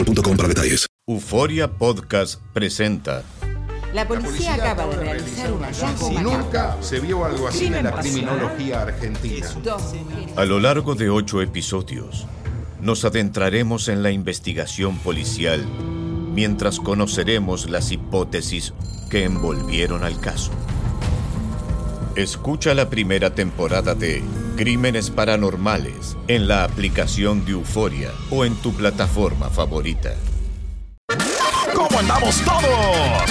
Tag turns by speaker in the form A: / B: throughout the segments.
A: para detalles.
B: Euforia Podcast presenta
C: La policía, acaba de realizar un hallazgo
D: Nunca se vio algo así en la criminología argentina.
B: a lo largo de ocho episodios. Nos adentraremos en la investigación policial mientras conoceremos las hipótesis que envolvieron al caso. Escucha la primera temporada de Crímenes Paranormales en la aplicación de Euforia o en tu plataforma favorita.
E: ¿Cómo andamos todos?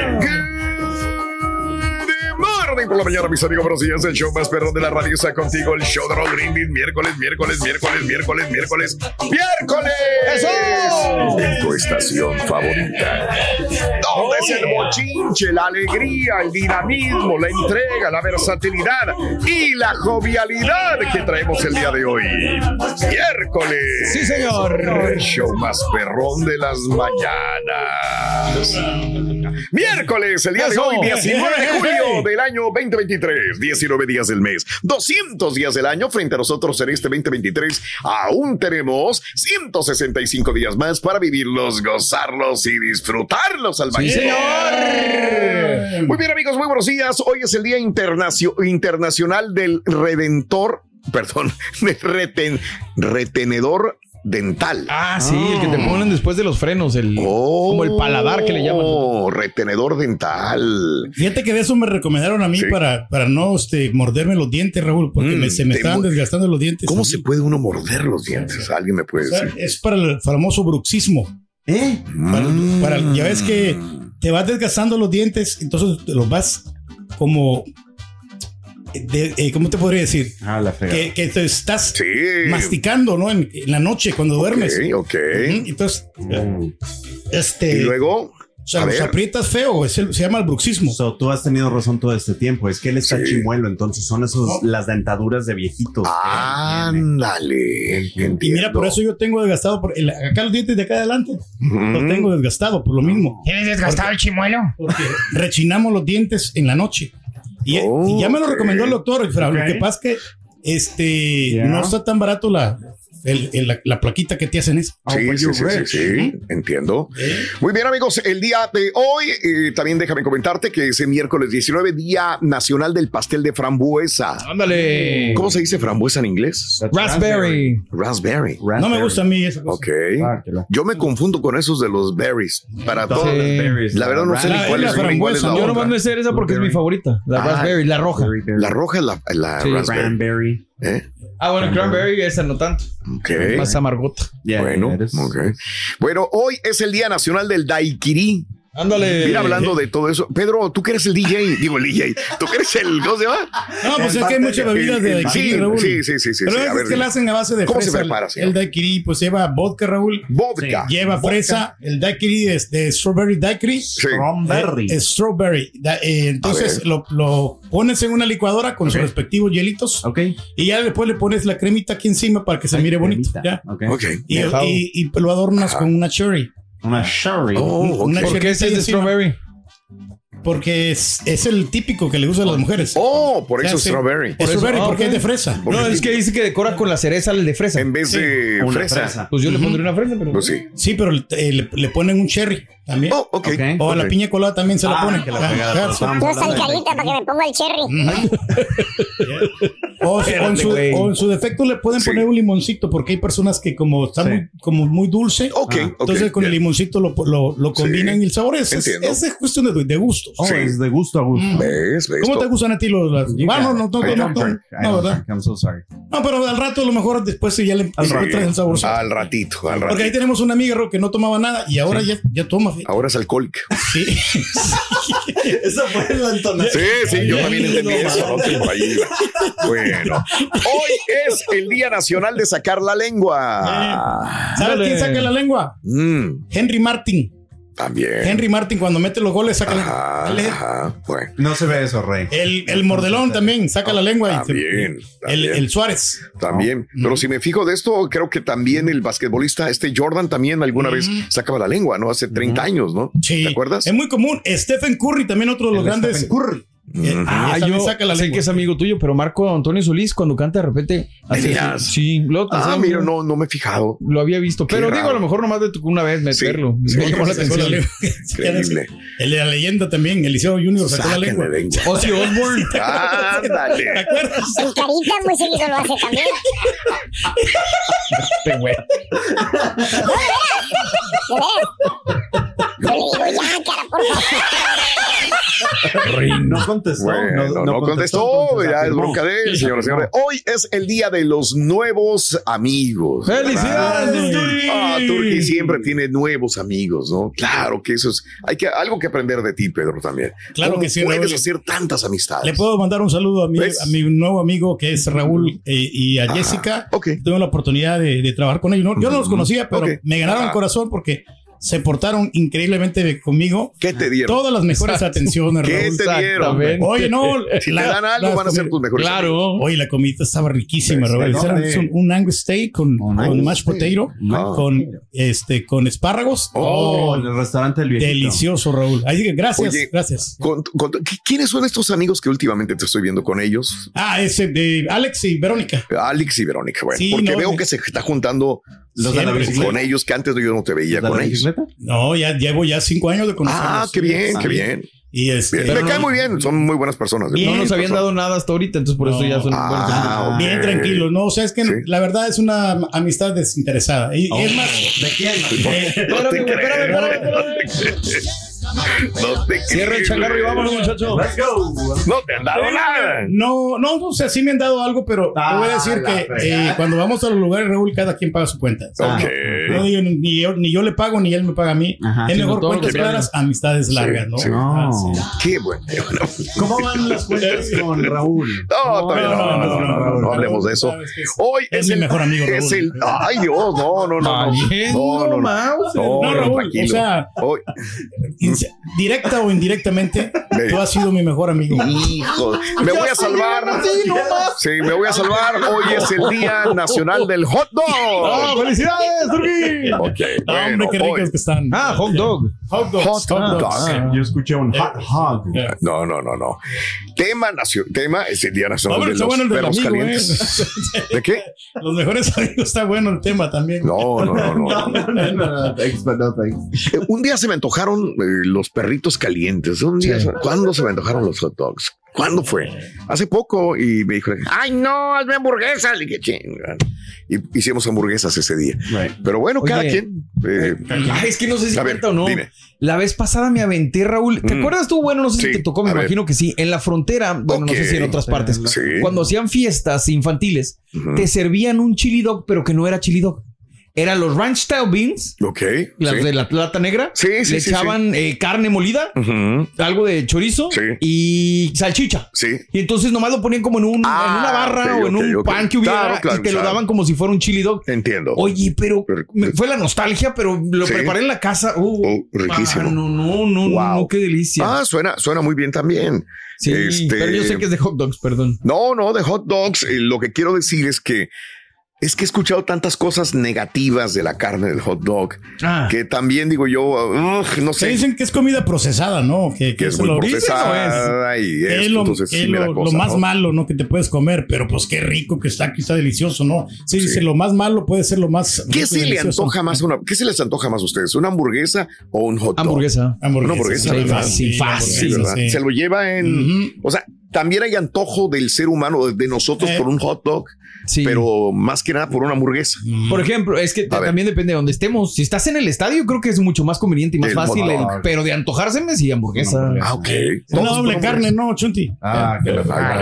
E: Good morning Por la mañana, mis amigos, buenos días. El show más perrón de la radio está contigo. El show de Raúl Brindis, miércoles, miércoles, miércoles, miércoles, miércoles, miércoles. ¡Eso! De tu estación favorita. ¿Dónde es el bochinche, la alegría, el dinamismo, la entrega, la versatilidad y la jovialidad que traemos el día de hoy? Miércoles. Sí, señor. El show más perrón de las mañanas. Miércoles, el día de hoy, 19 de julio del año 2023. 19 días del mes, 200 días del año. Frente a nosotros en este 2023, aún tenemos 165 días más para vivirlos, gozarlos y disfrutarlos al máximo. Muy bien, amigos, muy buenos días. Hoy es el Día Internacio- Internacional del Redentor, perdón, del reten- retenedor dental.
F: Ah, sí, el que te ponen después de los frenos, el
D: Oh.
F: como el paladar que le llaman.
D: Oh, retenedor dental.
G: Fíjate que de eso me recomendaron a mí
D: Sí.
G: para, para no este, morderme los dientes, Raúl, porque
D: Mm,
G: me- se me
D: te
G: estaban
D: mu-
G: desgastando los dientes.
D: ¿Cómo
G: a mí.
D: se puede uno morder los dientes? Alguien me puede
G: O sea,
D: decir.
G: Es para el famoso bruxismo.
F: ¿Eh?
G: Para- para- ya ves que
D: Mm.
G: te vas desgastando los dientes, entonces te los vas como... de- eh, ¿Cómo te podría decir? que, que te estás
D: Sí.
G: masticando, ¿no? En, en la noche, cuando duermes.
D: Ok, ok.
G: Ujú, Entonces, este...
D: Y
G: o
D: luego,
G: sea,
D: a
G: los
D: ver.
G: aprietas feo, es el- se llama el bruxismo.
H: So, tú has tenido razón todo este tiempo. Es que él está
D: Sí.
H: chimuelo, entonces son esos las dentaduras de viejitos.
D: ándale.
G: Y
D: Entiendo.
G: mira, por eso yo tengo desgastado, por el- acá los dientes de acá adelante,
D: Mm.
G: los tengo desgastado por lo mismo. ¿Tienes desgastado el chimuelo? Porque rechinamos los dientes en la noche. Y,
D: Oh,
G: y ya me lo
D: ok.
G: recomendó el doctor, pero lo que pasa es que este, no está tan barato la, el- el- la, la plaquita que te hacen Oh, pues es.
D: Sí, sí, sí, sí, sí, entiendo. Muy bien, amigos, el día de hoy, eh, también déjame comentarte que es el miércoles 19, Día Nacional del Pastel de Frambuesa.
F: Ándale.
D: ¿Cómo se dice frambuesa en inglés?
F: Raspberry.
D: Raspberry.
G: Ah, No me gusta a mí esa cosa.
D: Ok. Yo me confundo con esos de los berries.
E: Ah,
D: Para todo. La verdad no sé ni
G: La-
D: cuál
G: la
D: es una y cuál es
G: frambuesa,
D: la
F: Yo nomás
D: otra.
F: me sé esa porque es mi favorita. La
D: Ah.
F: raspberry, la roja.
D: La roja es la, la
F: Sí,
D: raspberry.
H: Cranberry.
D: ¿eh?
F: Ah, bueno, cranberry, esa no tanto.
D: Ok.
F: Más amargota.
H: Yeah,
D: Bueno,
H: eres-
D: ok. bueno, hoy es el Día Nacional del Daiquiri.
F: Ándale.
E: Mira, hablando de todo eso, Pedro, tú que eres el DJ, digo el DJ, tú que eres el, ¿cómo se llama?
G: No, pues es que hay muchas bebidas de
E: Sí,
G: daiquiri, Raúl.
E: sí, sí, sí, sí.
G: Pero
E: sí,
G: es
E: a ver,
G: que la hacen a base de
E: ¿Cómo
G: fresa.
E: se prepara, señor?
G: el daiquiri, pues lleva vodka, Raúl.
E: Vodka.
G: Lleva
E: Vodka.
G: fresa. El daiquiri es de strawberry daiquiri.
H: Strawberry.
G: Eh, eh, strawberry. Da- eh, entonces
H: ver.
G: lo, lo pones en una licuadora con sus respectivos hielitos. Y ya después le pones la cremita aquí encima para que se mire bonito. ya.
H: Ok.
E: Ok.
G: Y,
H: Dejado.
G: y- y lo adornas
H: Ajá.
G: con una cherry.
H: Una sherry.
E: Oh,
G: Una
F: ¿Por qué
G: cherry
F: ese es de
G: encima.
F: strawberry?
G: Porque es, es el típico que le gustan las mujeres.
E: Oh, por eso strawberry. Por eso-
G: Strawberry,
F: ah,
G: porque
F: ok.
G: es de fresa.
F: No, es que dice que decora con la cereza el de fresa.
E: En vez
G: de Una fresa. fresa.
F: Pues yo le
G: Ujú.
F: pondría una fresa, pero.
E: Pues sí.
G: Sí, pero eh, le, le ponen un cherry también.
E: Oh, ok.
G: O a la
E: Ok.
G: piña colada también se la
H: Ah,
G: ponen.
H: que la pegada,
G: Ajá,
H: pero
G: sí.
H: estábamos
I: Yo soy carita para que me ponga el cherry.
G: O, su- o en su,
H: Espérate, güey.
G: o en su defecto le pueden poner un limoncito porque hay personas que como están muy, como muy dulce,
E: Ok,
G: ajá,
E: ok,
G: entonces con el
E: bien.
G: limoncito lo, lo, lo combinan y el sabor es, es,
E: Entiendo.
G: es cuestión de, de gustos.
H: Oh,
E: Sí.
H: Es de gusto a gusto.
E: ¿Ves? ¿Ves?
G: Mm. ¿Cómo te gustan a ti los... las-
H: You
G: Bueno,
H: got
G: no,
H: it.
G: no,
H: I
G: no, no,
H: don't
G: no,
H: drink. I
G: no,
H: don't
G: ¿verdad?
H: drink. I'm so sorry.
G: No, pero al rato a lo mejor después sí ya le
H: Al rato.
G: encuentras el sabor.
E: Al ratito, al
G: Porque ahí
E: ratito.
G: tenemos una amiga Ro, que no tomaba nada y ahora ya, ya toma. fíjate.
E: Ahora es alcohólica.
G: Sí.
H: Esa fue la entonación.
E: Sí, sí, yo también entendí eso. ¿no? Que por ahí iba. Bueno, hoy es el Día Nacional de Sacar la Lengua.
G: ¿Sabes
F: Dale.
G: quién saca la lengua?
E: Mm,
G: Henry Martin.
E: también.
G: Henry Martin cuando mete los goles saca
E: Ajá,
G: la él es-
E: ajá, Ah, bueno,
H: No se ve eso, Rey.
G: El, el mordelón también saca la lengua. y se-
E: Ah, También,
G: el,
E: también.
G: el Suárez. Mm.
E: también. Pero si me fijo de esto, creo que también el basquetbolista, este Jordan, también alguna vez sacaba la lengua, ¿no? Hace 30 años, ¿no?
G: Mm. Sí.
E: ¿Te acuerdas?
G: Es muy común. Stephen Curry también otro de los grandes.
H: Curry.
G: Eh,
F: Ah,
G: también
F: yo
G: saca la
F: sé
G: lengua.
F: que es amigo tuyo, pero Marco Antonio Solís cuando canta de repente. hace-
E: digas?
F: Sí, lo,
E: Ah, mira, no, no me he fijado.
F: lo había visto.
E: Qué
F: Pero digo,
E: raro.
F: a lo mejor nomás de tu- una vez
E: Sí,
F: meterlo.
E: sí,
F: Me llamó la
E: sí, sí,
F: atención.
E: Increíble.
G: El de la leyenda también. Eliseo Junior sacó la
E: Sáquenle
G: lengua.
E: lengua.
F: Ozzy Osbourne.
G: ¿Te
E: Ándale.
G: acuerdas?
I: Mi carita muy seguido lo hace también.
F: Este güey.
I: ¿Lo ves? Yo le digo, ya, cara, por favor.
H: No contestó.
E: Bueno, no, contestó,
H: entonces
E: ya es
H: afirmó.
E: bronca de él, señoras y señores. Hoy es el día de los nuevos amigos. ¿verdad?
F: ¡Felicidades, Yuri!
E: Ah, Turki siempre tiene nuevos amigos, ¿no? Claro que eso es. Hay que algo que aprender de ti, Pedro, también.
G: Claro
E: ¿Cómo
G: que sí,
E: Puedes
G: Raúl.
E: hacer tantas amistades.
G: Le puedo mandar un saludo a mi,
E: ¿Ves?
G: a mi nuevo amigo que es Raúl eh, y a
E: Ajá,
G: Jessica.
E: ok.
G: Tuve la oportunidad de, de trabajar con ellos. No, yo no los conocía, pero
E: ok.
G: me ganaron el
E: Ajá.
G: corazón porque se portaron increíblemente conmigo.
E: ¿Qué te dieron?
G: Todas las mejores atenciones,
E: ¿Qué
G: Raúl.
E: te dieron?
F: Exactamente.
G: Oye, no.
E: Si te dan algo,
G: las
E: van a ser
G: comi-
E: tus mejores. amigos.
F: Claro.
E: Pues,
G: Oye, la comidita estaba riquísima,
E: Sí,
G: Raúl.
E: sí,
G: Hicieron
E: sí.
G: un, un angus steak con,
H: Un
G: con
H: angus
G: mashed
H: steak.
G: potato,
E: Ah.
G: con, este, con espárragos.
H: Oh, en el restaurante del viejito.
G: delicioso, Raúl. Así que gracias,
E: Oye.
G: gracias.
E: Con- con- ¿qu- ¿Quiénes son estos amigos que últimamente te estoy viendo con ellos?
G: Ah, ese de Alex y Verónica.
E: Alex y Verónica, bueno,
G: Sí,
E: porque
G: no,
E: veo
G: eh.
E: que se está juntando
H: Los de la
G: Siempre,
H: bicicleta.
E: con ellos que antes yo no te veía
H: ¿Los de la
E: con ellos.
H: bicicleta?
G: No, ya llevo ya cinco años de conocerlos.
E: Ah, qué bien, qué bien.
G: Y este,
E: Bien, Me cae muy bien, son muy buenas personas.
F: No nos habían dado nada hasta ahorita, entonces por eso
G: No.
F: ya son
E: Ah,
F: buenos amigos.
E: ok.
G: bien tranquilo. No, o sea, es que
E: Sí.
G: la verdad es una amistad desinteresada. Y, y es más,
H: ¿De quién?
G: eh,
E: No
F: Espérame,
E: te
F: espérame,
E: creo,
F: espérame, espérame.
E: no te
F: Cierra el
E: creo.
F: changarro y vámonos, muchachos.
H: Let's go.
E: No te han dado nada.
G: no, no, o sea, sí me han dado algo, pero te voy a decir
H: Ah, la
G: que
H: fregada.
G: eh, cuando vamos a los lugares, Raúl, cada quien paga su cuenta. O sea,
E: Ok.
G: no, no digo, ni, yo, ni yo le pago, ni él me paga a mí.
H: Ajá.
G: es
H: Sí,
G: mejor
F: no, todo
G: cuentas
F: lo que
G: claras, amistades largas, ¿no?
E: sí.
G: Ah, sí.
H: No.
E: Qué bueno. No,
H: ¿Cómo van las cuentas con Raúl?
E: todavía no, no, no, no, no, no, no hablemos de eso.
G: Sabes que es-
E: Hoy
G: Es mi mejor amigo, Raúl.
E: Es el, ay, Dios, no, no, no. No, no, no, no. No,
G: No,
E: no,
G: Raúl,
E: tranquilo.
G: o sea,
E: Hoy,
G: Inse- directa o indirectamente,
E: Ve.
G: tú has sido mi mejor amigo.
E: hijo, me voy a salvar. Sí, me voy a salvar. Hoy es el Día Nacional del Hot
F: ¡Ah,
E: Dog.
F: felicidades, Turki!
E: Ok,
G: No, hombre,
E: bueno,
G: qué
E: hoy-
G: ricos que están.
F: Ah, hot dog.
G: Hot dogs.
E: Hot
G: hot
E: dog.
G: dogs.
H: Ah,
G: Eh,
H: Yo escuché un hot hog.
E: No, no, no, no. Tema nacional, tema es el Día
G: No,
E: Nacional
G: pero
E: Ah, de
G: está
E: los,
G: bueno el del
E: de los
G: amigo,
E: Calientes.
G: ¿eh?
E: ¿De qué?
G: Los mejores amigos está bueno el tema también.
E: No, no, no, no. no.
H: No, no, thanks, but no thanks.
E: Eh, Un día se me antojaron eh, los perritos calientes. Un día, se- ¿cuándo se me antojaron los hot dogs? ¿Cuándo fue? Hace poco y me dijo, ay, no, hazme hamburguesas. Le dije, "Chinga". Y hicimos hamburguesas ese día.
H: Right.
E: Pero bueno,
F: Oye.
E: cada quien. eh,
F: Ay, es que no sé si
E: A ver,
F: cuenta o no.
E: dime.
F: La vez pasada me aventé, Raúl. ¿Te
E: Mm.
F: acuerdas tú? Bueno, no sé
E: Sí,
F: si te tocó, me
E: a ver.
F: imagino que sí. En la frontera, bueno,
E: Ok.
F: no sé si en otras partes.
E: Sí.
F: Cuando hacían fiestas infantiles,
E: Ujú.
F: te servían un chili dog, pero que no era chili dog. eran los ranch style beans.
E: Ok.
F: Las
E: sí.
F: de la plata negra.
E: Sí, sí,
F: Le
E: sí,
F: echaban eh, carne molida, algo de chorizo y salchicha.
E: Sí. Ah,
F: Y entonces nomás lo ponían como en, un, en una barra
E: ok,
F: o en un
E: ok, ok.
F: pan que hubiera
E: Claro, claro,
F: y te lo
E: claro.
F: daban como si fuera un chili dog.
E: Entiendo. eh,
F: Oye, pero me- fue la nostalgia, pero lo
E: Sí.
F: preparé en la casa. Uh,
E: Oh, riquísimo.
F: mano, no, no, no, qué delicia.
E: Ah, suena, suena muy bien también. Este,
F: Sí, pero yo sé que es de hot dogs, perdón.
E: No, no, de hot dogs. Eh, lo que quiero decir es que es que he escuchado tantas cosas negativas de la carne del hot dog que también digo yo, ugh, no
G: Se
E: sé.
G: Ah. dicen que es comida procesada, ¿no? Que,
E: Que es muy procesada y
G: que
E: esto,
G: lo,
E: entonces
G: que
E: sí
G: es
E: me da
G: lo-
E: cosa,
G: lo más
E: ¿no?
G: malo, ¿no? Que te puedes comer, pero pues qué rico que está aquí, está delicioso, ¿no? Sí,
E: Sí.
G: dice lo más malo puede ser lo más.
E: ¿Qué
G: rico y
E: se le
G: delicioso.
E: antoja más a una, qué se les antoja más a ustedes? ¿Una hamburguesa o un hot dog?
F: Hamburguesa.
E: Una hamburguesa,
F: Sí,
E: ¿verdad?
F: fácil, fácil,
E: ¿verdad?
F: sí.
E: Se lo lleva en. O sea, también hay antojo del ser humano, de- de nosotros,
G: Eh.
E: por un hot dog, pero más que nada por una hamburguesa.
G: Mm.
F: Por ejemplo, es que también depende de donde estemos. Si estás en el estadio, creo que es mucho más conveniente y más
E: El
F: fácil.
E: hot
F: el-
E: dog.
F: pero de antojárseme, sí, hamburguesa.
E: Ah, ok.
G: Una doble carne, ¿no, Chunti?
H: Ah, que la
E: Ah,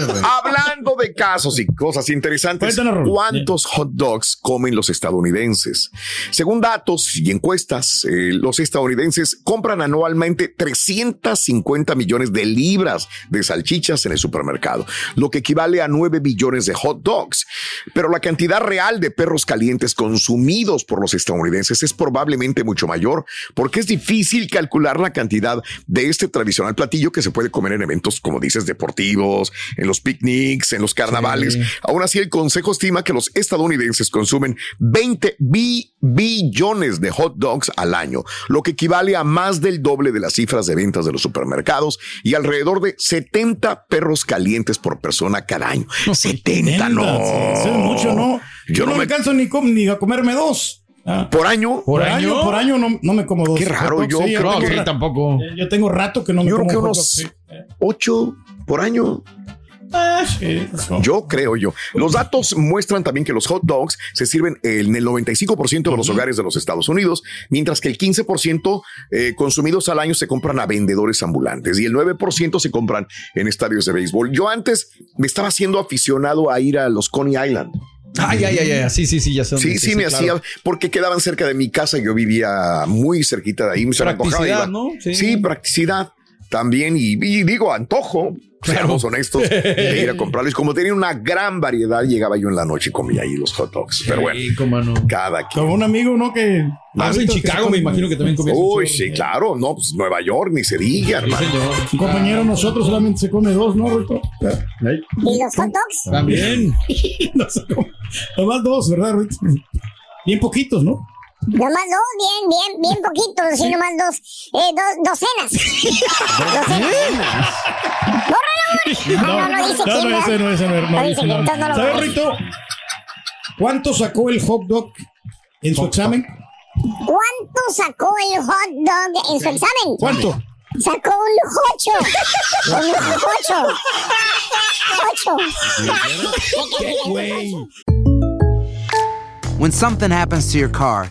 E: Hablando de casos y cosas interesantes, ¿cuántos hot dogs comen los estadounidenses? Según datos y encuestas, eh, los estadounidenses compran anualmente 350 millones de libras de salchichas en el supermercado, lo que equivale a 9 billones de hot dogs. Pero la cantidad real de perros calientes consumidos por los estadounidenses es probablemente mucho mayor, porque es difícil calcular la cantidad de este tradicional platillo que se puede comer en eventos, como dices, deportivos, en los picnics, en los carnavales. Aún así, el Consejo estima que los estadounidenses consumen 20 bi- billones de hot dogs al año, lo que equivale a más del doble de las cifras de ventas de los supermercados y alrededor de 70 perros calientes por persona cada año. 70, no.
G: pues, Eso es mucho, ¿no?
E: Yo no me
G: canso ni, com- ni a comerme dos. Ah.
E: ¿Por año?
G: Por año, por año no, no me como dos.
E: Qué raro,
G: Hot dogs,
E: yo
G: sí,
E: creo
G: tengo
E: que-
G: ra-
F: tampoco.
G: Yo tengo rato que no me
E: Yo creo
G: como
E: que
G: hot
E: unos
G: dogs, sí.
E: ocho por año. Yo creo yo. Los datos muestran también que los hot dogs se sirven en el 95% de los hogares de los Estados Unidos, mientras que el 15% eh, consumidos al año se compran a vendedores ambulantes y el 9% se compran en estadios de béisbol. Yo antes me estaba siendo aficionado a ir a los Coney Island.
F: Ay, ay, ay, ay. Sí, sí, sí, ya sé. dónde
E: Sí,
F: es,
E: sí, me
F: claro.
E: hacía, porque quedaban cerca de mi casa, yo vivía muy cerquita de ahí, me se me antojaba,
F: Practicidad,
E: iba.
F: ¿no?
E: Sí. practicidad también, y, y digo, antojo, seamos honestos, de ir a comprarles. Como tenía una gran variedad, llegaba yo en la noche y comía ahí los hot dogs. Pero bueno, cada quien.
G: Con un amigo, ¿no? Que.
E: Más
G: ahorita que se come-
E: Uy, sí, claro, no, pues Nueva York, ni se diga, hermano.
G: Un compañero, nosotros solamente se come dos, ¿no, Ruito?
I: ¿Y los hot dogs?
G: También. no se come. Nomás dos, ¿verdad, Ruito? Bien poquitos, ¿no?
I: Nomás dos, bien, bien, bien poquitos, sí, nomás dos, eh, dos, docenas. docenas. ¡Bórralo! No, no, no dice
G: no,
I: quién,
G: no,
I: ¿verdad?
G: ese no, ese no, no,
I: No dice
G: ese
I: quién,
G: no.
I: entonces no lo
G: ¿Sabes,
I: borres.
G: Rito? ¿Cuánto sacó el hot dog en su examen?
I: ¿Cuánto sacó el hot dog en su examen?
G: ¿Cuánto?
I: Sacó un ocho. Un ocho. Ocho.
J: When something happens to your car,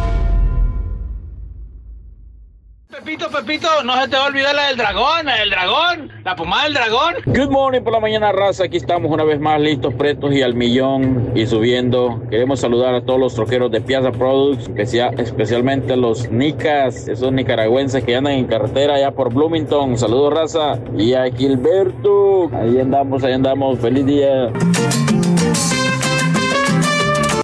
K: Pepito, Pepito, no se te va a olvidar la del dragón, la del dragón, la pomada del dragón.
L: Good morning por la mañana, raza. Aquí estamos una vez más listos, prestos y al millón y subiendo. Queremos saludar a todos los troqueros de Piazza Products, especia- especialmente los nicas, esos nicaragüenses que andan en carretera allá por Bloomington. Saludos, raza. Y a Gilberto. Ahí andamos, ahí andamos. Feliz día.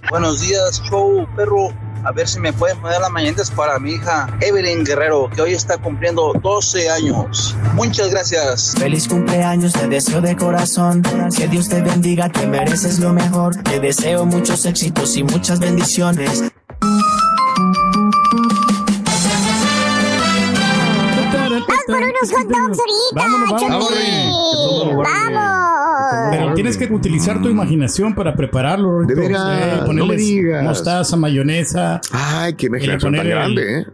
M: Buenos días, show, perro. A ver si me pueden poner las mañanitas para mi hija Evelyn Guerrero, que hoy está cumpliendo 12 años. Muchas gracias.
N: Feliz cumpleaños, te deseo de corazón. Que Dios te bendiga, te mereces lo mejor. Te deseo muchos éxitos y muchas bendiciones.
I: Vamos por unos hot dogs ahorita.
G: Vámonos, vámonos.
I: Chucky.
G: Vámonos,
I: Vamos.
G: Pero tienes que utilizar tu imaginación para prepararlo. Rorrito.
E: De veras,
G: Sí,
E: no me digas.
G: mostaza, mayonesa.
E: Ay, qué mezclación tan grande, ¿eh?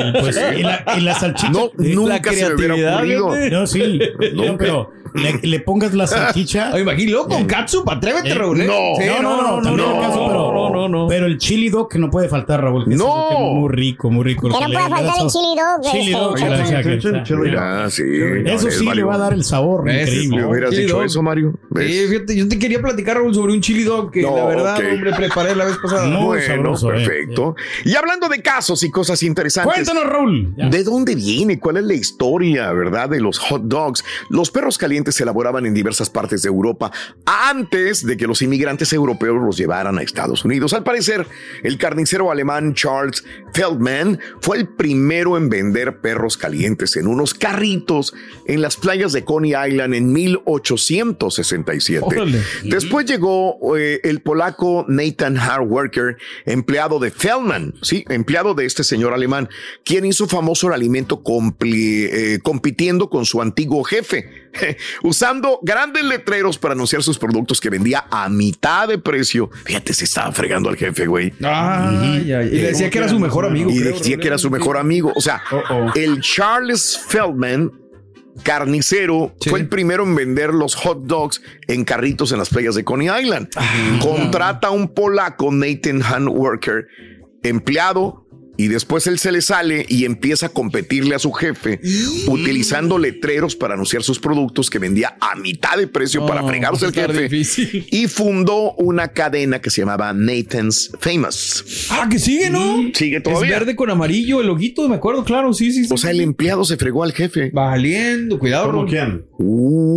G: el- pues, y, la, y la salchicha.
E: No,
G: Eh,
E: nunca se me hubiera
G: creatividad,
E: ocurrido.
G: ¿viste? No, sí.
E: Nunca.
G: No, pero le, le pongas la salchicha.
F: Oye, imagínalo con catsup, atrévete, Raúl, ¿eh?
G: No,
F: Sí,
G: no, no, no, no, no, no, no, Pero el chili dog que no puede faltar, Raúl. que es
E: No.
G: algo que es muy rico, muy rico.
I: Que no
G: Le-
I: puede
G: le da
I: faltar el
G: sabor.
I: chili dog.
G: Chili
I: este,
G: dog, que la
I: Chucky.
G: decía que está.
E: Ah, sí.
G: Eso sí le va a dar el sabor
F: Ese
G: increíble.
F: sabor. Hubieras Chili dicho dog. eso,
E: Mario.
F: Sí, fíjate, yo te quería platicar Raúl, sobre un chili dog que
E: No,
F: la verdad,
E: ok.
F: hombre, preparé la vez pasada. ¿eh?
E: bueno, perfecto. Y hablando de casos y cosas interesantes.
F: Cuéntanos, Raúl.
E: ¿De dónde viene? ¿Cuál es la historia, verdad, de los hot dogs? Los perros calientes se elaboraban en diversas partes de Europa antes de que los inmigrantes europeos los llevaran a Estados Unidos. Al parecer, el carnicero alemán Charles Feldman fue el primero en vender perros calientes en unos carritos en las playas de Coney Island en 1867.
G: Órale.
E: Después llegó eh, el polaco Nathan Hardworker, empleado de Feldman, sí, empleado de este señor alemán, quien hizo famoso el alimento compli- eh, compitiendo con su antiguo jefe, usando grandes letreros para anunciar sus productos que vendía a mitad de precio. Fíjate, se estaba fregando al jefe, güey.
F: Ah, Ay, ay,
E: Eh,
F: y le decía que era su mejor amigo.
E: Y
F: creo,
E: decía
F: Raúl,
E: que era su mejor amigo. O sea, el Charles Feldman, carnicero, fue el primero en vender los hot dogs en carritos en las playas de Coney Island.
F: Ah,
E: Contrata a un polaco, Nathan Handworker, empleado. Y después él se le sale y empieza a competirle a su jefe
F: Mm.
E: utilizando letreros para anunciar sus productos que vendía a mitad de precio para
F: No,
E: fregarse el
F: Oh, está
E: jefe. Y fundó una cadena que se llamaba Nathan's Famous.
F: Ah, que sigue, ¿no?
E: Sigue todavía.
F: Es verde con amarillo, el ojito, me acuerdo, claro, sí, sí.
E: O sea, el empleado se fregó al jefe.
F: Valiendo, cuidado.
H: ¿Cómo
F: Raúl.
H: quién?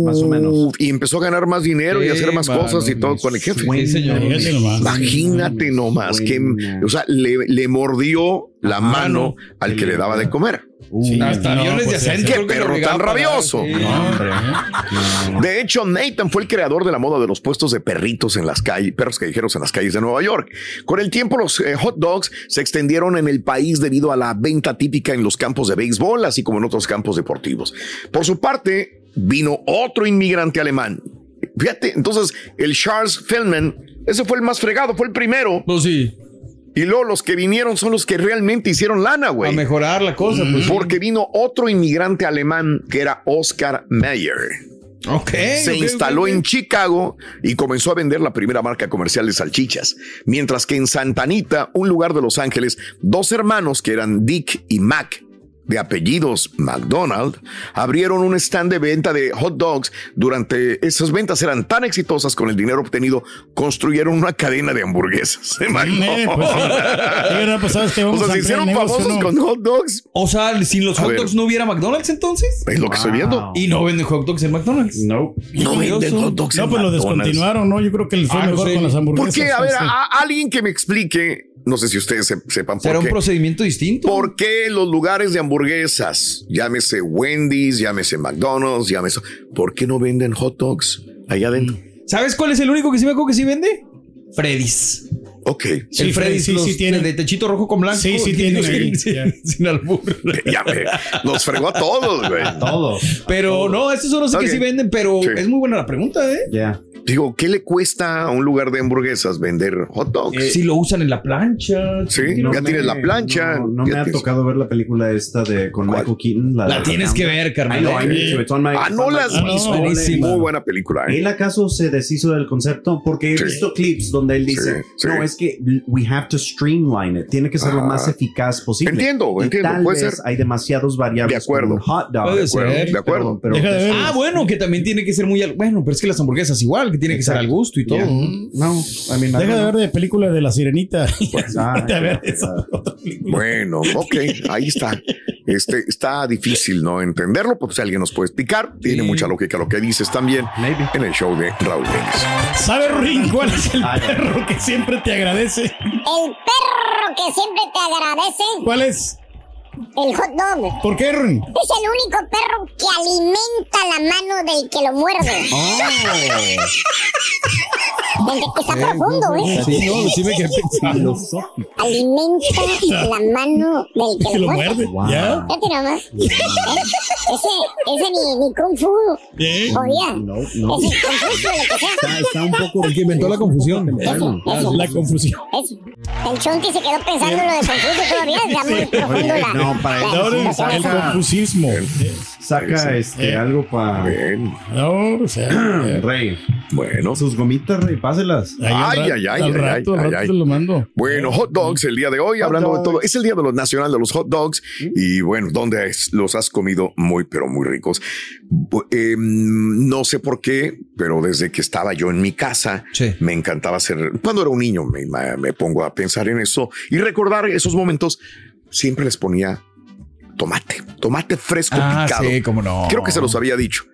E: Más o menos. Y empezó a ganar más dinero y
F: Sí,
E: hacer más
F: mano,
E: cosas y todo con el jefe.
F: sí, señor. Fíjate nomás.
E: Imagínate nomás que, o sea, le, le mordió la mano al que le daba de comer.
F: hasta no, aviones de pues, acento,
E: ¡Qué
F: creo que lo
E: perro
F: obligaba
E: tan
F: a pagar,
E: rabioso!
F: sí.
E: De hecho, Nathan fue el creador de la moda de los puestos de perritos en las calles, perros callejeros en las calles de Nueva York. Con el tiempo, los eh, hot dogs se extendieron en el país debido a la venta típica en los campos de béisbol, así como en otros campos deportivos. Por su parte, vino otro inmigrante alemán. Fíjate, entonces el Charles Feldman, ese fue el más fregado, fue el primero.
F: Pues sí.
E: Y luego los que vinieron son los que realmente hicieron lana, güey.
F: A mejorar la cosa, pues, sí.
E: Porque vino otro inmigrante alemán que era Oscar Mayer. Se
F: ok,
E: instaló
F: ok, ok.
E: en Chicago y comenzó a vender la primera marca comercial de salchichas. Mientras que en Santa Anita, un lugar de Los Ángeles, dos hermanos que eran Dick y Mac, de apellidos McDonald, abrieron un stand de venta de hot dogs. Durante esas ventas eran tan exitosas con el dinero obtenido, construyeron una cadena de hamburguesas.
G: Eh, pues, sí. Oye, no, pues, ¿sabes qué? Vamos
E: o sea, se
G: a ampliar el
E: hicieron
G: negocio,
E: famosos
G: ¿no?
E: con hot dogs.
F: O sea, sin los
E: A
F: hot
E: ver.
F: dogs no hubiera McDonald's entonces.
E: Es lo que estoy viendo.
F: Y no venden hot dogs en McDonald's.
H: No.
E: No venden hot dogs
G: No,
E: en
G: pues lo
E: McDonald's.
G: descontinuaron, ¿no? Yo creo que les fue
F: Ah, no
G: mejor
F: sé.
G: con las hamburguesas.
E: ¿Por qué? A
G: sí,
E: ver,
G: sí.
E: a- alguien que me explique, no sé si ustedes se- sepan por
F: Será un
E: qué.
F: procedimiento distinto.
E: ¿Por qué los lugares de hamburguesas, llámese Wendy's, llámese McDonald's, llámese... ¿Por qué no venden hot dogs allá adentro?
F: Mm. ¿Sabes cuál es el único que sí me acuerdo que sí vende? Freddy's.
E: Ok.
F: el Freddy's
G: sí,
F: los-
G: sí tiene.
F: el de techito rojo con blanco.
G: Sí, sí
F: el que
G: tiene,
F: sin,
G: sí,
F: sin-
G: ya.
F: sin albur.
E: Ya ve, los fregó a todos, güey.
H: Todos.
F: Pero no, estos son los
E: Ok.
F: que sí venden, pero
E: Sí.
F: es muy buena la pregunta, ¿eh?
H: Ya.
E: Digo, ¿qué le cuesta a un lugar de hamburguesas vender hot dogs?
F: Eh, si lo usan en la plancha.
E: Sí,
H: No
E: ya
H: me-
E: tienes la plancha.
H: No, no me
E: ya
H: ha
E: tienes-
H: tocado ver la película esta de con Michael Keaton. La,
F: La
H: de-
F: tienes que ver, carnal.
H: I know, I need to. It's on my-
E: Ah,
H: it's
E: no
H: on my-
E: las
H: Ah, no,
E: visto.
H: buenísima.
E: Muy buena película. ¿eh?
H: ¿Él acaso se deshizo del concepto? Porque he
E: Sí.
H: visto clips donde él dice,
E: Sí, sí.
H: no, es es que we have to streamline it. Tiene que ser lo
E: Ah.
H: más eficaz posible.
E: Entiendo,
H: Y
E: entiendo,
H: Tal
E: puede
H: vez
E: ser.
H: hay demasiados variables.
E: De acuerdo.
H: como un Hot dog.
F: Puede ser.
H: Pero- Ah, pero- pues,
F: Deja de ver. ah, bueno, que también tiene que ser muy al... Bueno, pero es que las hamburguesas igual, que tiene que ser al gusto y todo.
G: Yeah.
H: No, I mean,
G: Deja de ver de películas de la sirenita.
F: Pues, ah,
G: Vete a ver esa.
E: ah. Bueno, ok, ahí está. Este está difícil no entenderlo, porque si alguien nos puede explicar, tiene mucha lógica lo que dices también en el show de Raúl Brindis.
G: ¿Sabe, Rin, cuál es
E: Ah,
G: el perro que siempre te agradece?
I: El perro que siempre te agradece.
G: ¿Cuál es?
I: El hot dog.
G: ¿Por qué, Rin?
I: Es el único perro que alimenta la mano del que lo muerde.
F: Oh,
I: Desde que está profundo, ¿eh?
F: Sí, no, sí me quedé pensando.
I: Alimenta la mano del que,
F: Que
I: lo
F: lo
I: muerde.
F: muerde, ¿ya?
I: Fíjate nomás. ¿Eh? Ese, ese ni, ni Kung Fu podía.
F: no.
I: Ese Kung Fu, lo que sea.
F: Está, está un poco. El que inventó la confusión.
I: La
F: confusión.
I: Ese. El chonti se quedó pensando en lo de Confucio todavía. Ya muy
E: Ah,
I: profundo la...
H: no, para
I: la-
H: eso sí
I: la-
H: saca-
G: El confusismo.
H: Saca
E: Eh.
H: este, algo para.
G: No, o sea.
H: Rey.
E: Bueno.
H: Sus gomitas, Rey, páselas.
E: Ay, ay, ay, ay,
G: Al
E: ay,
G: rato, al
E: ay,
G: rato
E: ay.
G: te lo mando.
E: Bueno, hot dogs el día de hoy, hablando de todo. Es el día de los nacional de los hot dogs y bueno, donde es- los has comido muy, pero muy ricos. Bu- eh, no sé por qué, pero desde que estaba yo en mi casa, me encantaba hacer, cuando era un niño me, ma- me pongo a pensar en eso y recordar esos momentos, siempre les ponía tomate, tomate fresco
F: Ah,
E: picado.
F: sí, cómo no.
E: Creo que se los había dicho.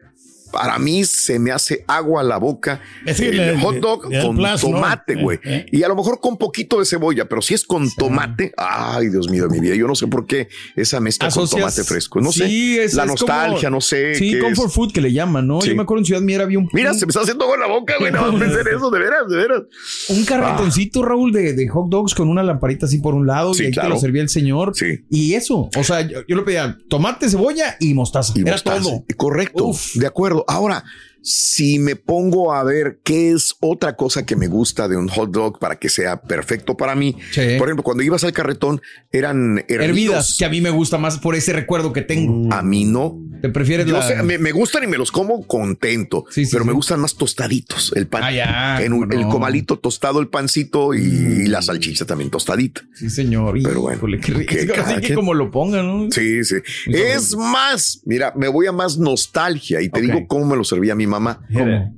E: Para mí se me hace agua a la boca
G: Es que
E: el
G: le-
E: hot dog
G: le da el
E: con
G: plus, ¿no?
E: tomate,
G: Eh,
E: güey.
G: eh.
E: Y a lo mejor con poquito de cebolla, pero si es con tomate, ay, Dios mío de mi vida. Yo no sé por qué esa mezcla con
F: Asocias-
E: tomate fresco. No
F: Sí,
E: sé.
F: es-
E: la
F: es como-
E: nostalgia, no sé.
F: Sí,
E: qué
F: comfort
E: es.
F: food que le llaman, ¿no?
E: Sí.
F: Yo me acuerdo en Ciudad Miera había un.
E: Mira, se me está haciendo agua en la boca, güey. No, pensé en eso, de veras, de veras. Ah.
F: Un carretoncito, Raúl, de, de hot dogs con una lamparita así por un lado
E: Sí,
F: y ahí te
E: claro.
F: lo servía el señor. Y eso, o sea, yo, yo le pedía tomate, cebolla y mostaza. Era
E: mostaza.
F: todo.
E: Correcto, de acuerdo. Ahora, si me pongo a ver qué es otra cosa que me gusta de un hot dog para que sea perfecto para mí, por ejemplo, cuando ibas al carretón eran hervidos. Mm,
F: Hervidas, que a mí me gusta más por ese recuerdo que tengo.
E: A mí no.
F: ¿Te prefieres
E: Yo
F: la-
E: sé, me, me gustan y me los como contento, pero me gustan más tostaditos. El
F: Ah,
E: pan, en un- el comalito tostado, el pancito y,
F: Mm.
E: la salchicha también tostadita.
F: Sí, señor.
E: Pero bueno, que
F: Así
E: cada
F: que
E: quien-
F: como lo pongan, ¿no?
E: Sí, sí. Es más, mira, me voy a más nostalgia y te digo cómo me lo servía mi mamá.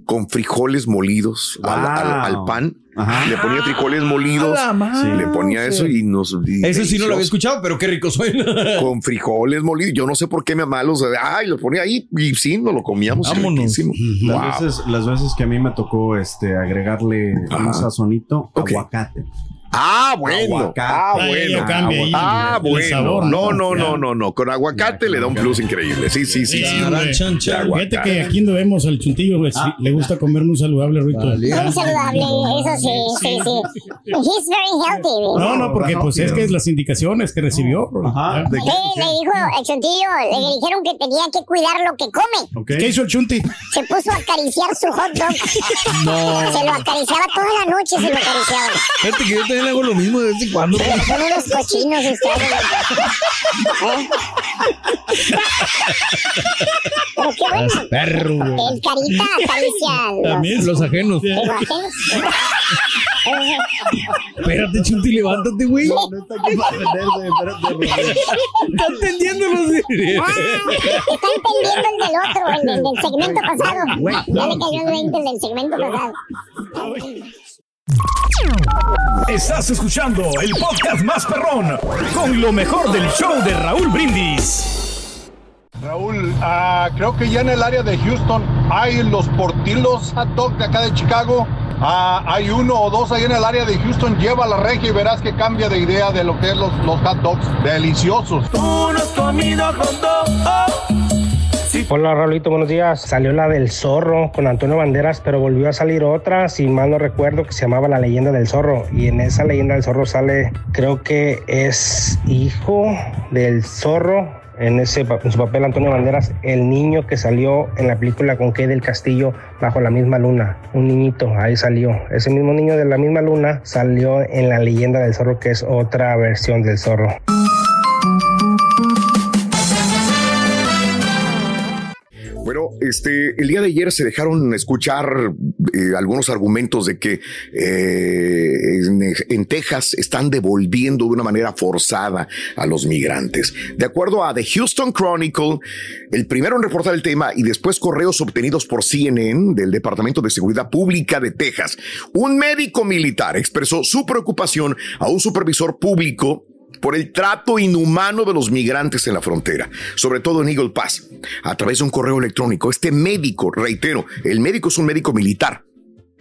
E: Con frijoles molidos al, al- al pan. Le ponía frijoles molidos.
F: A Ah, la madre.
E: Le ponía eso y nos... y
F: Eso sí no lo había
E: delicioso.
F: escuchado, pero qué rico soy.
E: Con frijoles molidos. Yo no sé por qué mi mamá los... Ay, los ponía ahí y sí, nos lo comíamos. y riquísimo. Wow.
H: Las, veces, las veces que a mí me tocó este, agregarle un sazonito, aguacate.
E: Ah, bueno.
H: Aguacate.
E: Ah,
H: Ahí
E: bueno.
H: lo cambia ahí,
E: ah,
H: el
E: bueno.
H: sabor,
E: no, no,
H: ¿no?
E: no, no, no. Con aguacate le da un plus increíble. Sí, sí, sí. sí.
G: hombre.
E: De aguacate.
G: Fíjate que aquí donde vemos al chuntillo, güey, sí, le gusta comer muy saludable, Rito.
I: Muy saludable, eso sí, sí, sí. He's very healthy.
G: No, no, porque pues es que es las indicaciones que recibió. bro.
I: Sí, le dijo el chuntillo, le dijeron que tenía que cuidar lo que come.
G: ¿Qué hizo el chunti?
I: Se puso a acariciar su hot dog.
F: No.
I: Se lo acariciaba toda la noche, se lo acariciaba.
F: Fíjate que yo también hago lo mismo de vez en cuando.
I: Son unos cochinos este ustedes. ¿Eh? Pero qué bueno.
F: perro, güey.
I: El carita acaricia los-
F: También los ajenos.
I: los ajenos.
F: Espérate, Chunti, levántate, güey. Está entendiendo los
I: Ah, Está entendiendo el del otro, el del, del segmento pasado. Ya le cayó el 20 el del segmento pasado.
O: Estás escuchando el podcast más perrón con lo mejor del show de Raúl Brindis.
P: Raúl, ah, creo que ya en el área de Houston hay los portilos hot dog de acá de Chicago. Ah, hay uno o dos ahí en el área de Houston. Lleva la regia y verás que cambia de idea de lo que es los, los hot dogs. Deliciosos.
Q: Hola Raulito, buenos días. Salió la del zorro con Antonio Banderas, pero volvió a salir otra, si mal no recuerdo, que se llamaba La leyenda del zorro. Y en esa leyenda del zorro sale, creo que es hijo del zorro. En, ese, pa- en su papel Antonio Banderas, el niño que salió en la película con Kay del Castillo bajo la misma luna, un niñito, ahí salió. Ese mismo niño de la misma luna salió en la leyenda del zorro, que es otra versión del zorro.
E: Bueno, este, el día de ayer se dejaron escuchar eh, algunos argumentos de que eh, en, en Texas están devolviendo de una manera forzada a los migrantes. De acuerdo a The Houston Chronicle, el primero en reportar el tema y después correos obtenidos por CNN del Departamento de Seguridad Pública de Texas, un médico militar expresó su preocupación a un supervisor público por el trato inhumano de los migrantes en la frontera, sobre todo en Eagle Pass, a través de un correo electrónico. Este médico, reitero, el médico es un médico militar.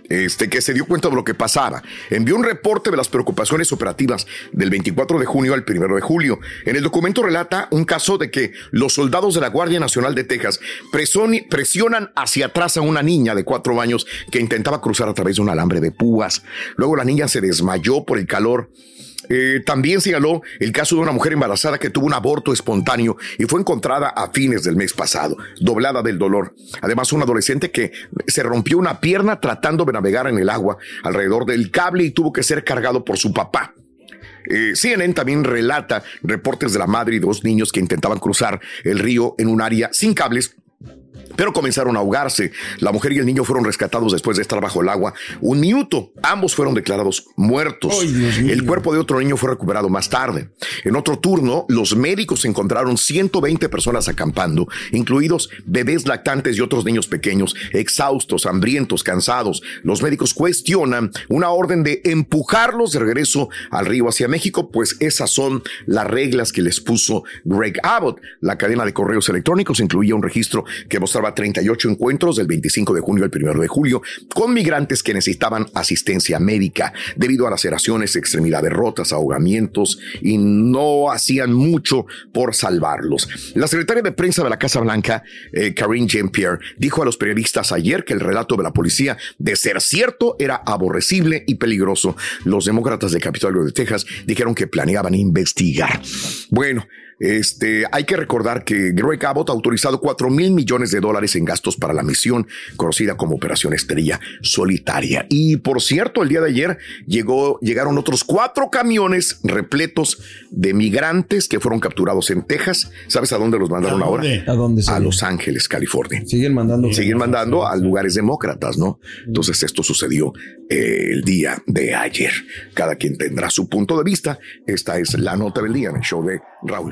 E: Este que se dio cuenta de lo que pasaba, envió un reporte de las preocupaciones operativas del 24 de junio al 1 de julio. En el documento relata un caso de que los soldados de la Guardia Nacional de Texas presoni- presionan hacia atrás a una niña de cuatro años que intentaba cruzar a través de un alambre de púas. Luego la niña se desmayó por el calor. Eh, también señaló el caso de una mujer embarazada que tuvo un aborto espontáneo y fue encontrada a fines del mes pasado, doblada del dolor. Además, un adolescente que se rompió una pierna tratando de navegar en el agua alrededor del cable y tuvo que ser cargado por su papá. Eh, CNN también relata reportes de la madre y dos niños que intentaban cruzar el río en un área sin cables pero comenzaron a ahogarse. La mujer y el niño fueron rescatados después de estar bajo el agua un minuto. Ambos fueron declarados muertos. el cuerpo de otro niño fue recuperado más tarde. En otro turno, los médicos encontraron 120 personas acampando, incluidos bebés lactantes y otros niños pequeños, exhaustos, hambrientos, cansados. Los médicos cuestionan una orden de empujarlos de regreso al río hacia México, pues esas son las reglas que les puso Greg Abbott. La cadena de correos electrónicos incluía un registro que mostraba 38 encuentros del 25 de junio al 1 de julio con migrantes que necesitaban asistencia médica debido a laceraciones, extremidades rotas, ahogamientos y no hacían mucho por salvarlos. La secretaria de prensa de la Casa Blanca, eh, Karine Jean-Pierre, dijo a los periodistas ayer que el relato de la policía de ser cierto era aborrecible y peligroso. Los demócratas de Capitolio de Texas dijeron que planeaban investigar. Bueno, este, hay que recordar que Greg Abbott ha autorizado 4 mil millones de dólares en gastos para la misión conocida como Operación Estrella Solitaria. Y por cierto, el día de ayer llegó, llegaron otros cuatro camiones repletos de migrantes que fueron capturados en Texas. ¿Sabes a dónde los mandaron
R: ¿A dónde?
E: ahora? A
D: Ah,
E: Los Ángeles, California. Siguen mandando. Siguen mandando a lugares demócratas, ¿no? Entonces esto sucedió eh, el día de ayer. Cada quien tendrá su punto de vista. Esta es la nota del día en el show de Raúl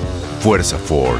S: Fuerza Ford.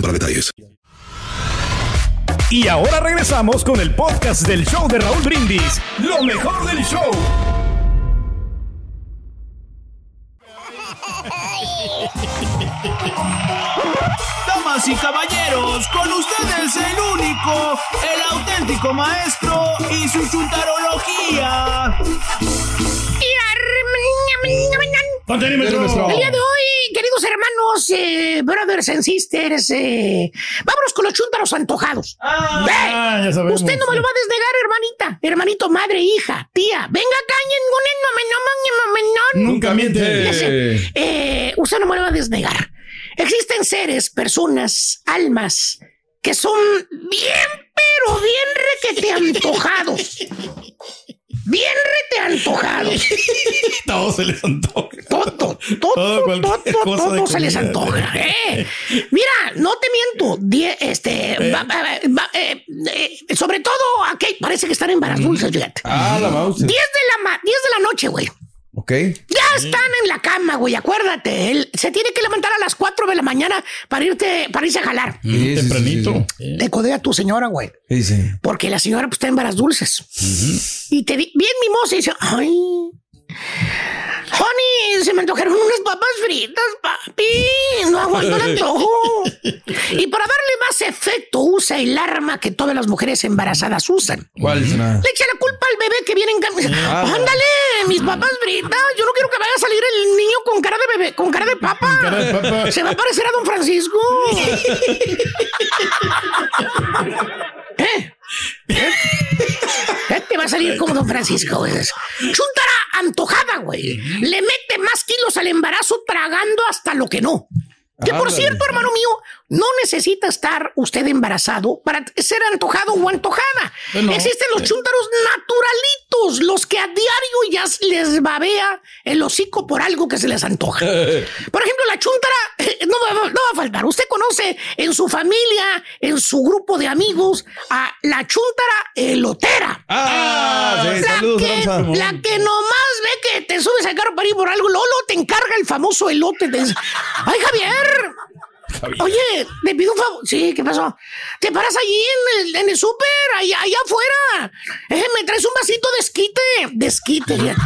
A: para detalles.
O: Y ahora regresamos con el podcast del show de Raúl Brindis. Lo mejor del show.
T: Damas y caballeros, con ustedes el único, el auténtico maestro y su chuntarología.
D: Contenímetro. El día de hoy, queridos hermanos, eh, brothers and sisters, eh, vámonos con los chúntaros antojados. Ve,
G: ah, ya sabemos.
D: Usted no me lo va a desnegar, hermanita, hermanito, madre, hija, tía. Venga acá, ñengonen, no me- no me- no me- no.
G: Nunca miente.
D: Ya sé. Eh, usted no me lo va a desnegar. Existen seres, personas, almas que son bien, pero bien requete antojados. Bien rete antojados.
G: Todo se les antoja.
D: Todo, todo,
G: cualquier
D: todo,
G: cosa de
D: todo se les
G: comida.
D: antoja. ¿eh? Mira, no te miento. die- este,
G: Eh.
D: va- va- va- eh, eh, sobre
G: Mm.
D: todo, aquí parece que están en varas dulces, fíjate.
G: Ah, la Mauser.
D: 10 de la, ma- 10 de la noche, güey.
G: Ok.
F: Mm,
U: Ok.
D: Ya están en la cama, güey, acuérdate. Él se tiene que levantar a las 4 de la mañana para irte, para irse a jalar.
U: Sí, sí, Tempranito. sí, sí.
D: Le codea a tu señora, güey.
U: Sí, sí.
D: Porque la señora pues está en varas dulces. Y te di bien mimosa y dice, ay. Honey, se me antojaron unas papas fritas, papi. No aguanto el antojo. Y para darle más efecto, usa el arma que todas las mujeres embarazadas usan.
U: ¿Cuál? Ah. señora?
D: Le echa la culpa al bebé que viene en camisa. Ándale, mis papas fritas. Yo no quiero que vaya a salir el niño con cara de bebé, con cara de papa.
U: cara de papa.
D: Se va a parecer a don Francisco. ¿Eh? ¿Eh? ¿Eh? Te va a salir como don Francisco, güey. Chuntara antojada, güey. Le mete más kilos al embarazo tragando hasta lo que no. Que por
U: Ándale.
D: cierto, hermano mío, no necesita estar usted embarazado para ser antojado o antojada.
U: Eh, no.
D: Existen los chúntaros naturalitos, los que a diario ya les babea el hocico por algo que se les antoja. Por ejemplo, la chuntara eh, no va, no va a faltar. Usted conoce en su familia, en su grupo de amigos, a la chuntara elotera.
U: Ah, sí,
D: la,
U: saludos,
D: que,
U: Ramsa.
D: la que nomás ve que te subes al carro para ir por algo, Lolo te encarga el famoso elote. te dice, ¡Ay, Javier! Oye, te pido un favor. Sí, ¿qué pasó? Te paras allí en el, en el súper, allá, allá afuera. Eh, me traes un vasito de esquite. De esquite, ya.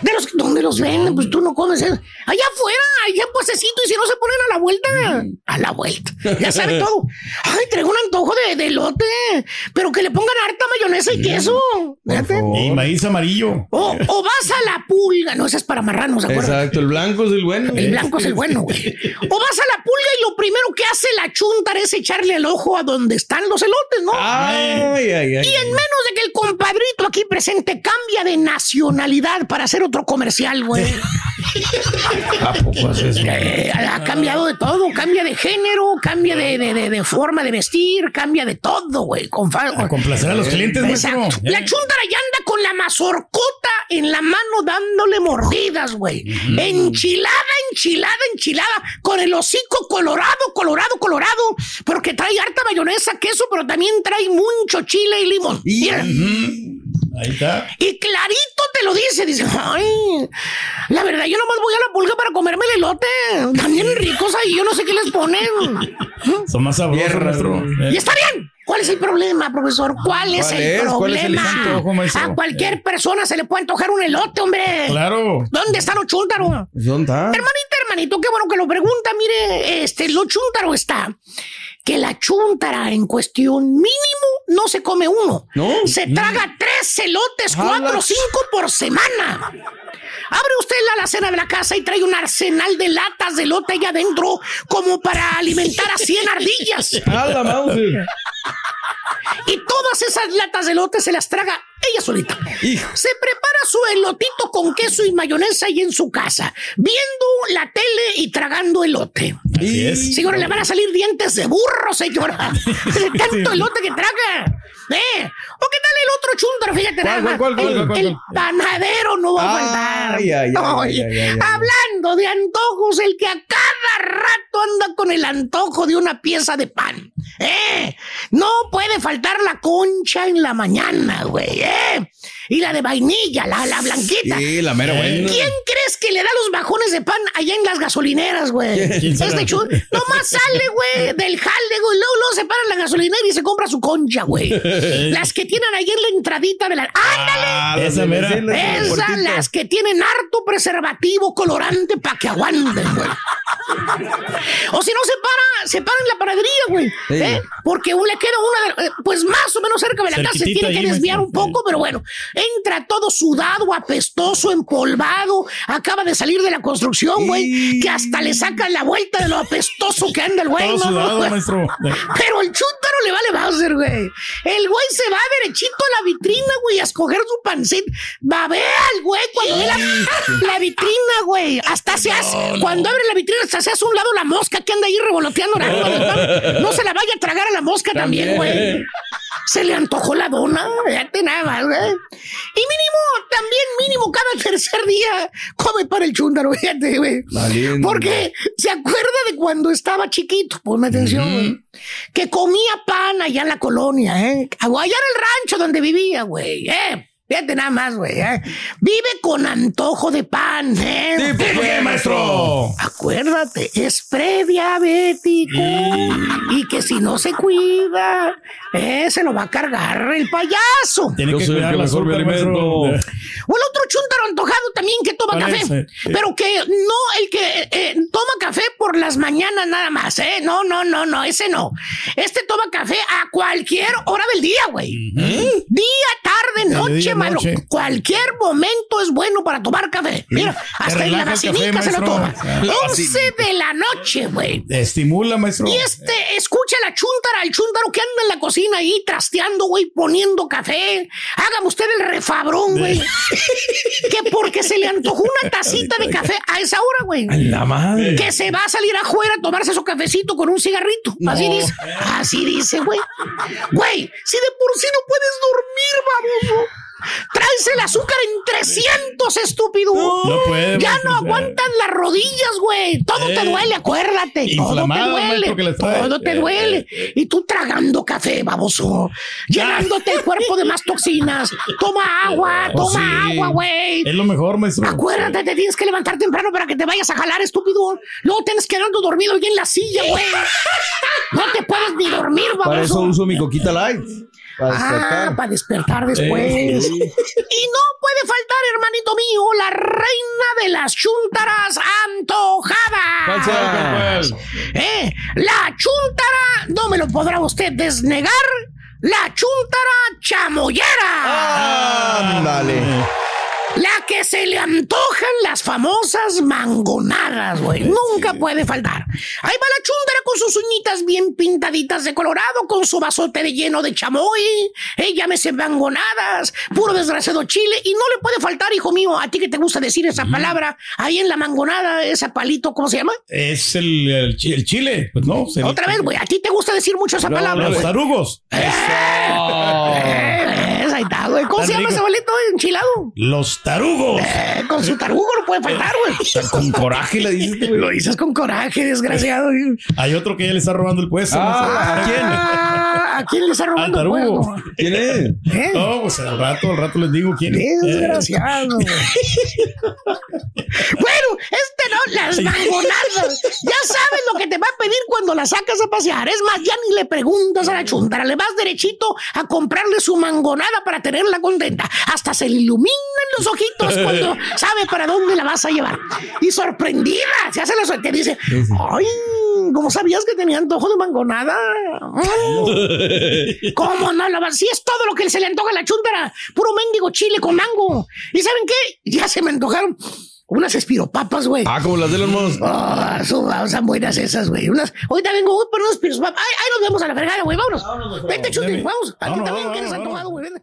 D: De los, ¿Dónde los venden? Pues tú no comes. eso. Allá afuera, allá en posecito, y si no se ponen a la vuelta, a la vuelta. Ya sabe todo. Ay, traigo un antojo de, de elote, pero que le pongan harta mayonesa
U: Mm.
D: y queso.
G: Y maíz amarillo.
D: O, o vas a la pulga, no, esa es para marranos, ¿se acuerdan?
U: Exacto, el blanco es el bueno.
D: El blanco es el bueno, güey. O vas a la pulga y lo primero que hace la chuntara es echarle el ojo a donde están los elotes, ¿no?
U: Ay, ay, ay.
D: Y en menos de que el compadrito aquí presente cambia de nacionalidad para hacer otro comercial, güey.
U: ¿A poco hace eso?
D: Eh,
G: Ah.
D: ha cambiado de todo, cambia de género, cambia de, de- de- de forma de vestir, cambia de todo, güey. Con fa- Eh,
G: A complacer a los clientes,
D: Exacto.
G: maestro. Eh.
D: La chuntara ya anda con la mazorcota en la mano dándole mordidas, güey. Enchilada, enchilada, enchilada, con el hocico colorado, colorado, colorado, porque trae harta mayonesa, queso, pero también trae mucho chile y limón. Mira.
G: Ahí está.
D: Y clarito te lo dice, dice, ay, la verdad, yo nomás voy a la pulga para comerme el elote. También ricos ahí, yo no sé qué les ponen.
G: Son más sabrosos, maestro. Eh,
D: Y está bien. ¿Cuál es el problema, profesor? ¿Cuál es
G: ¿Cuál
D: el
G: es? ¿Cuál es el
D: problema?
G: antojo, maestro?
D: A cualquier persona se le puede antojar un elote, hombre.
G: Claro.
D: ¿Dónde está lo chúntaro?
U: ¿Dónde está?
D: Hermanita, hermanito, qué bueno que lo pregunta. Mire, este, lo chúntaro está. Que la chúntara en cuestión mínimo no se come uno.
U: ¿No?
D: Se traga tres elotes,
U: Jala.
D: cuatro, cinco por semana. Abre usted la alacena de la casa y trae un arsenal de latas de elote ahí adentro como para alimentar a 100 ardillas.
U: ¡Hala, Mauser!
D: Y todas esas latas de elote se las traga ella solita. Se prepara su elotito con queso y mayonesa y en su casa, viendo la tele y tragando elote.
G: Así es.
D: Señores, le van a salir dientes de burro, señora. De tanto elote que traga. ¿Eh? ¿O qué tal el otro chúntaro? Fíjate nada
U: ¿Cuál,
D: más.
U: cuál, cuál,
D: el,
U: cuál, cuál, Ah,
D: el panadero no va a
U: Ay,
D: faltar.
U: ay, ay,
D: Oye,
U: ay, ay, ay.
D: Hablando de antojos, el que a cada rato anda con el antojo de una pieza de pan. ¿Eh? No puede faltar la concha en la mañana, güey. ¿eh? Y la de vainilla, la, la blanquita.
U: Sí, la mera buena.
D: ¿Quién crees que le da los bajones de pan allá en las gasolineras, güey?
U: ¿Quién será?
D: Este chun nomás sale, güey, del jale, güey. Luego, luego se para en la gasolinera y se compra su concha, güey.
G: Eh,
D: Las que tienen ahí en la entradita de la. ¡Ándale!
G: Esa mera.
D: Esas las que tienen harto preservativo colorante para que aguanten, güey. O si no se para, se para en la paradería, güey.
U: Sí.
D: ¿eh? Porque le queda una, de- eh, pues más o menos cerca de la casa, se
U: Cerquitita
D: tiene que
U: ahí,
D: desviar un poco, pero bueno, entra todo sudado, apestoso, empolvado, acaba de salir de la construcción, güey, que hasta le sacan la vuelta de lo apestoso que anda el güey.
G: Todo
D: ¿no?
G: sudado, maestro.
D: Pero el chúntaro le vale Bowser, güey. El güey se va derechito a la vitrina, güey, a escoger su pancita. Babea al güey cuando ve la, la vitrina, güey. Hasta se hace, cuando abre la vitrina, hasta se hace a un lado la mosca que anda ahí revoloteando. la arriba del pan. No se la vaya a tragar a la mosca también,
U: También.
D: güey. Se le antojó la dona, fíjate nada más, güey. Y mínimo, también mínimo, cada tercer día come para el chúndaro, fíjate, güey.
U: Valiente.
D: Porque se acuerda de cuando estaba chiquito, ponme atención, güey, que comía pan allá en la colonia, ¿eh? Allá en el rancho donde vivía, güey, ¿eh? Fíjate nada más, güey. ¿eh? Vive con antojo de pan, ¿eh?
F: Sí, ¿por qué, maestro?
D: Acuérdate, es prediabético
G: Mm.
D: y que si no se cuida, eh, se lo va a cargar el payaso.
G: Tiene que cuidar la azúcar, maestro.
D: O el otro chuntaro antojado también que toma
G: ¿Cuál
D: café.
G: es, eh?
D: Pero que no el que eh, toma café por las mañanas nada más, ¿eh? No, no, no, no, ese no. Este toma café a cualquier hora del día, güey. ¿Eh? Día, tarde, noche,
G: Mediodía,
D: malo.
G: noche.
D: Cualquier momento es bueno para tomar café. Mira,
G: Te
D: hasta en la
G: relaja el café,
D: vacinica se lo
G: maestro.
D: toma.
G: Ah,
D: 11 de la noche, güey.
G: Estimula, maestro.
D: Y este, escucha la chuntara, el chuntaro que anda en la cocina ahí trasteando, güey, poniendo café. Hágame usted el refabrón, güey. que porque se le antojó una tacita de café a esa hora, güey.
F: A la madre.
D: Que se va a salir afuera a tomarse su cafecito con un cigarrito. Así
F: No.
D: dice. Así dice, güey. Güey, si de por sí no puedes dormir, baboso. Traes el azúcar en 300, estúpido.
G: No puede,
D: Ya
G: maestro,
D: no
G: o sea.
D: aguantas las rodillas, güey. Todo te
G: Eh.
D: duele, acuérdate. Todo te
G: Inflamado, maestro, que
D: duele.
G: les trae.
D: Todo te
G: Eh, Ah.
D: duele. Y tú tragando café, baboso. Llenándote el cuerpo de más toxinas. Toma agua,
G: Oh,
D: toma
G: sí.
D: agua, güey.
G: Es lo mejor, maestro.
D: Acuérdate, te tienes que levantar temprano para que te vayas a jalar, estúpido. Luego tienes que quedando dormido ahí en la silla, güey. No te puedes ni dormir, baboso.
F: Para eso uso mi coquita light. Para
D: Ah, para despertar después.
F: Eh,
D: y
F: sí.
D: no puede faltar, hermanito mío, la reina de las chuntaras
U: Ah.
F: ¿Cuál será?
D: antojadas. Eh, La chuntara, no me lo podrá usted desnegar, la chuntara chamoyera.
F: Ándale.
G: Eh.
D: La que se le antojan las famosas mangonadas, güey. Nunca puede faltar. Ahí va la chundra con sus uñitas bien pintaditas de colorado, con su vasote de lleno de chamoy. Eh, llámese mangonadas, puro desgraciado chile. Y no le puede faltar, hijo mío, a ti que te gusta decir esa palabra, ahí en la mangonada, esa palito, ¿cómo se llama?
G: Es el, el chi- el chile. Pues no. se-
D: Otra vez, güey, a ti te gusta decir mucho esa
G: Los-
D: palabra,
G: Los
D: güey.
G: tarugos.
D: Eh, ves, ahí está, güey. ¿Cómo
G: Tan
D: se llama
G: rico.
D: ese bolito enchilado?
G: Los tarugos.
D: Eh, con su tarugo no puede
G: Eh.
D: faltar, güey.
G: Con coraje le dices, güey.
D: Lo dices con coraje, desgraciado.
G: Hay otro que ya le está robando el puesto.
D: Ah, Ah, ¿A quién le está
G: Al
D: robando el
G: tarugo.
D: puesto?
G: ¿Quién es?
D: ¿Eh?
G: No, pues al rato, al rato les digo quién es.
D: Desgraciado. güey. bueno, este no, las mangonadas. Ya sabes lo que te va a pedir cuando la sacas a pasear. Es más, ya ni le preguntas a la chuntara. Le vas derechito a comprarle su mangonada para tenerla contenta. Hasta se le iluminan los ojitos cuando sabe para dónde la vas a llevar. Y sorprendida, se hace la suerte. Dice, ay, ¿cómo sabías que tenía antojo de mangonada?
U: "Oh".
D: Mm. ¿Cómo no la vas? Si es todo lo que se le antoja a la chuntara. Puro mendigo chile con mango. ¿Y saben qué? Ya se me antojaron unas espiropapas, güey.
F: Ah, como las de los monos.
D: Ah, son, son buenas esas, güey. Unas, ahorita vengo, uy, pero unos espiropapas. Ay, ahí nos vemos a la fregada, güey. Vámonos. Vete, chute, vamos. A ti también que eres antojado, güey. Vete.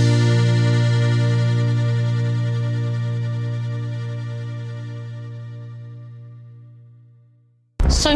V: Soy